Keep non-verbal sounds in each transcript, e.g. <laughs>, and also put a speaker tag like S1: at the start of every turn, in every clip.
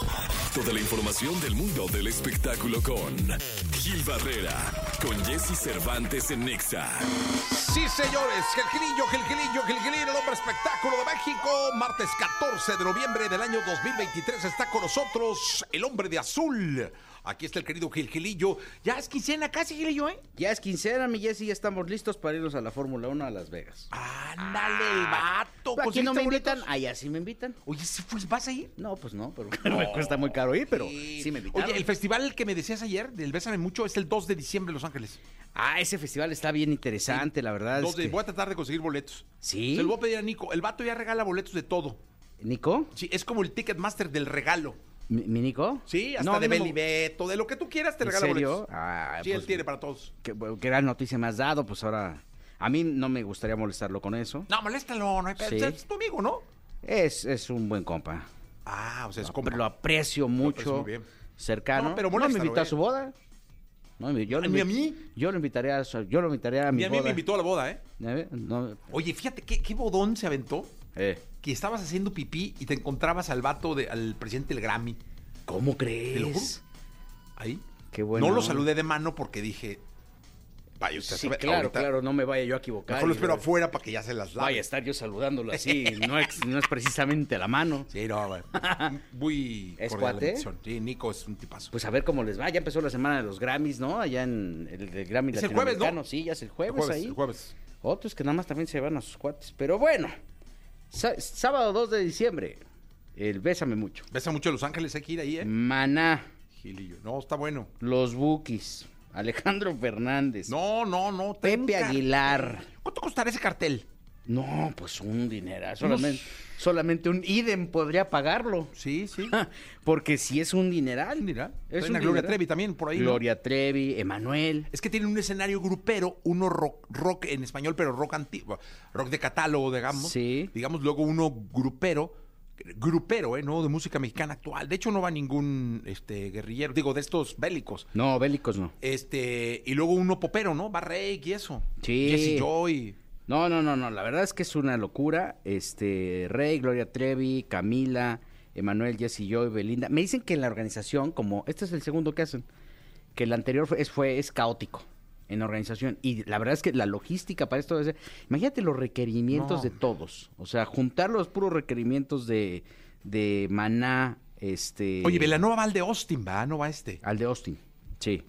S1: resto de la información del mundo del espectáculo con Gil Barrera, con Jesse Cervantes en Nexa.
S2: Sí, señores, Gelgilillo, Gelgilillo, Gelgilillo, el hombre espectáculo de México. Martes 14 de noviembre del año 2023 está con nosotros el hombre de azul. Aquí está el querido Gelgilillo. Ya es quincena casi, Gilillo, ¿eh?
S3: Ya es quincena, mi Jesse, ya estamos listos para irnos a la Fórmula 1 a Las Vegas.
S2: Ándale, el vato.
S3: Ah. Aquí no
S2: ¿conseguiste
S3: me invitan,
S2: boletos?
S3: allá sí me invitan.
S2: Oye, ¿sí fue- ¿vas a ir?
S3: No, pues no,
S2: <laughs>
S3: pero me cuesta muy caro ir, pero sí me invitaron.
S2: Oye, el festival que me decías ayer, del Bésame Mucho, es el 2 de diciembre en Los Ángeles.
S3: Ah, ese festival está bien interesante, la verdad.
S2: Dos
S3: Ah, es
S2: de-
S3: que-
S2: Voy a tratar de conseguir boletos.
S3: Sí.
S2: Se lo voy a pedir a Nico. El vato ya regala boletos de todo.
S3: ¿Nico?
S2: Sí, es como el Ticketmaster del regalo.
S3: ¿Mi, mi Nico?
S2: Sí, hasta
S3: No,
S2: de
S3: dime-
S2: Belibeto, de lo que tú quieras te
S3: ¿En
S2: regala
S3: serio?
S2: boletos.
S3: Ah,
S2: sí, él
S3: pues-
S2: tiene para todos.
S3: ¿Qué, qué gran noticia me has dado? Pues ahora, a mí no me gustaría molestarlo con eso.
S2: No, moléstalo, no hay pedo.
S3: Sí.
S2: Es tu amigo, ¿no?
S3: Es, es un buen compa.
S2: Ah, o sea, es como...
S3: Lo, lo aprecio mucho,
S2: muy bien.
S3: cercano.
S2: No, pero
S3: no me
S2: moléstalo,
S3: invitó a
S2: eh.
S3: su boda. No, yo lo
S2: Ni a
S3: invi-
S2: mí.
S3: Yo lo invitaría a, su- yo lo invitaría a mi
S2: Y a mí
S3: boda.
S2: me invitó a la boda, ¿eh?
S3: ¿Ya ve? No,
S2: Oye, fíjate, ¿qué, qué bodón se aventó?
S3: eh,
S2: Que estabas haciendo pipí y te encontrabas al vato, de, al presidente del Grammy.
S3: ¿Cómo
S2: Te lo juro.
S3: crees?
S2: Ahí.
S3: Qué bueno.
S2: No lo saludé de mano porque dije... Vaya, usted
S3: Sí,
S2: sabe,
S3: claro,
S2: ahorita-
S3: claro, no me vaya yo a equivocar.
S2: Mejor lo espero
S3: y-
S2: afuera para que ya se las lave.
S3: Vaya a estar yo
S2: <laughs>
S3: saludándolo así, no es, no es precisamente la mano.
S2: Sí, no,
S3: <laughs>
S2: güey. muy cordial
S3: ¿Es
S2: la
S3: cuate?
S2: invitación. Sí, Nico es un tipazo.
S3: Pues a ver cómo les va, ya empezó la semana de los Grammys, ¿no? Allá en el, el Grammy
S2: Es el
S3: latinoamericano.
S2: jueves, ¿no?
S3: Sí, ya es el
S2: El
S3: jueves,
S2: jueves,
S3: ahí.
S2: el jueves.
S3: Otros que nada más también se van a sus cuates. Pero bueno, sá- sábado 2 de diciembre, el Bésame Mucho.
S2: Besa mucho a Los Ángeles, hay que ir ahí, ¿eh?
S3: Maná,
S2: Gilillo. No, está bueno.
S3: Los Bookies, Alejandro Fernández,
S2: No, no, no.
S3: Pepe
S2: nunca-
S3: Aguilar.
S2: ¿Cuánto costará ese cartel?
S3: No, pues un dinero.
S2: Unos-
S3: Solamente, solamente un idem podría pagarlo. <laughs>
S2: Sí, sí.
S3: Porque si es un dineral.
S2: Mira,
S3: Ah. Es
S2: traen
S3: un
S2: a Gloria
S3: dineral.
S2: Trevi también por ahí. ¿no?
S3: Gloria Trevi, Emanuel.
S2: Es que tienen un escenario grupero, uno rock, rock en español, pero rock antiguo, rock de catálogo, digamos.
S3: Sí.
S2: Digamos, luego uno grupero, grupero, ¿eh? No, de música mexicana actual. De hecho, no va ningún este, guerrillero, digo, de estos bélicos.
S3: No, bélicos no.
S2: Este, y luego uno popero, ¿no? Barrey y eso.
S3: Sí.
S2: Jesse Joy.
S3: No, no, no, no. La verdad es que es una locura. Este, Rey, Gloria Trevi, Camila, Emanuel, Jesse Joy, Belinda. Me dicen que en la organización, como este es el segundo que hacen, que el anterior fue, es, fue- es caótico en organización. Y la verdad es que la logística para esto debe ser. Imagínate los requerimientos
S2: No,
S3: de
S2: hombre.
S3: todos. O sea, juntar los puros requerimientos de, de Maná, este.
S2: Oye, Velanova va al de Austin, va, no va este.
S3: Al de Austin. Sí.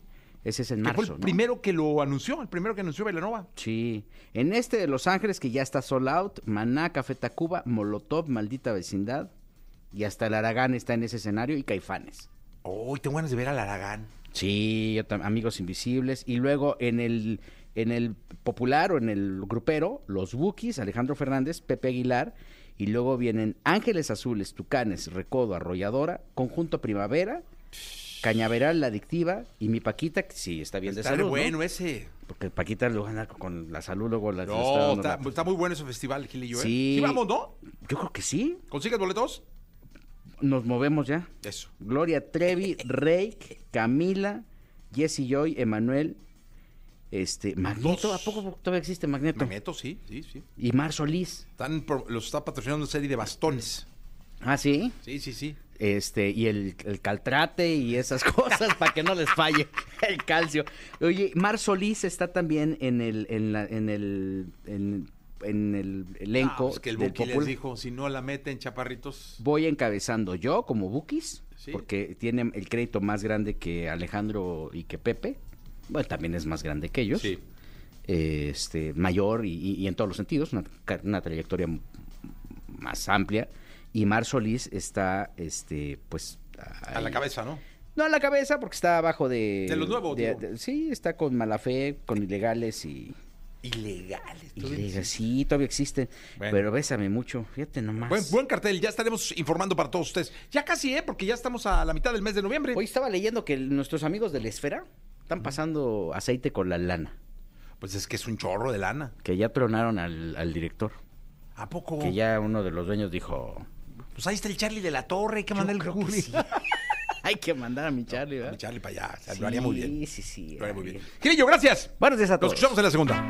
S3: Ese es en
S2: Que
S3: marzo.
S2: fue el
S3: ¿no?
S2: primero que lo anunció, el primero que anunció Velanova.
S3: Sí. En este de Los Ángeles, que ya está sold out, Maná, Café Tacuba, Molotov, Maldita Vecindad, y hasta el Aragán está en ese escenario, y Caifanes.
S2: Uy, tengo ganas de ver al Aragán.
S3: Sí, yo tam- Amigos Invisibles. Y luego en el, en el popular o en el grupero, Los Bookies, Alejandro Fernández, Pepe Aguilar, y luego vienen Ángeles Azules, Tucanes, Recodo, Arrolladora, Conjunto Primavera, Cañaveral, La Adictiva, y mi Paquita, que sí, está bien
S2: Pues Está
S3: de
S2: de
S3: salud, ¿no?
S2: bueno ese.
S3: Porque Paquita luego anda con la salud, luego la le
S2: No,
S3: Pues dando
S2: está, pues,
S3: la-
S2: está muy bueno ese festival, Gil y yo, ¿eh?
S3: Sí.
S2: vamos, ¿no?
S3: Yo creo que sí.
S2: ¿Consigues boletos?
S3: Nos movemos ya.
S2: Eso.
S3: Gloria Trevi, Reik, Camila, Jesse Joy, Emanuel, este, Magneto.
S2: Dos.
S3: ¿A poco todavía existe Magneto?
S2: Magneto, sí, sí, sí.
S3: Y Mar Solís.
S2: Están pro- los está patrocinando una serie de bastones.
S3: Ah, sí.
S2: Sí, sí, sí.
S3: Este, y el, el caltrate y esas <laughs> cosas para que no les falle el calcio. Oye, Mar Solís está también en el, en la- en el, en, en el elenco.
S2: Ah, pues que el
S3: del
S2: Buki les
S3: popular.
S2: dijo, si no la meten, chaparritos.
S3: voy encabezando yo como Bookies,
S2: Sí.
S3: porque tiene el crédito más grande que Alejandro y que Pepe. Bueno, también es más grande que ellos.
S2: Sí.
S3: Eh, Este, mayor y, y- y en todos los sentidos, una, ca- una trayectoria m- más amplia. Y Mar Solís está, este, pues...
S2: A la
S3: ahí.
S2: cabeza, ¿no?
S3: No a la cabeza, porque está abajo de...
S2: De los nuevos,
S3: de-
S2: digo.
S3: de- sí, está con mala fe, con ilegales y...
S2: Ilegales.
S3: y
S2: tú dices.
S3: ilegales. sí, todavía existen.
S2: Bueno.
S3: Pero bésame mucho, fíjate nomás.
S2: Buen, buen cartel, ya estaremos informando para todos ustedes. Ya casi, ¿eh? Porque ya estamos a la mitad del mes de noviembre.
S3: Hoy estaba leyendo que el- nuestros amigos de la esfera están pasando aceite con la lana,
S2: Pues es que es un chorro de lana.
S3: que ya tronaron al, al director,
S2: ¿A poco?
S3: que ya uno de los dueños dijo,
S2: Pues ahí está el Charlie de la Torre, hay que mandar el
S3: creo que
S2: Juli. <laughs>
S3: sí. hay que mandar a mi Charlie, ¿verdad?
S2: Charlie para allá, o sea, lo haría muy bien.
S3: Sí, sí, sí.
S2: Lo haría muy bien. Girillo, gracias.
S3: Buenos días a
S2: Nos
S3: todos.
S2: escuchamos en la segunda.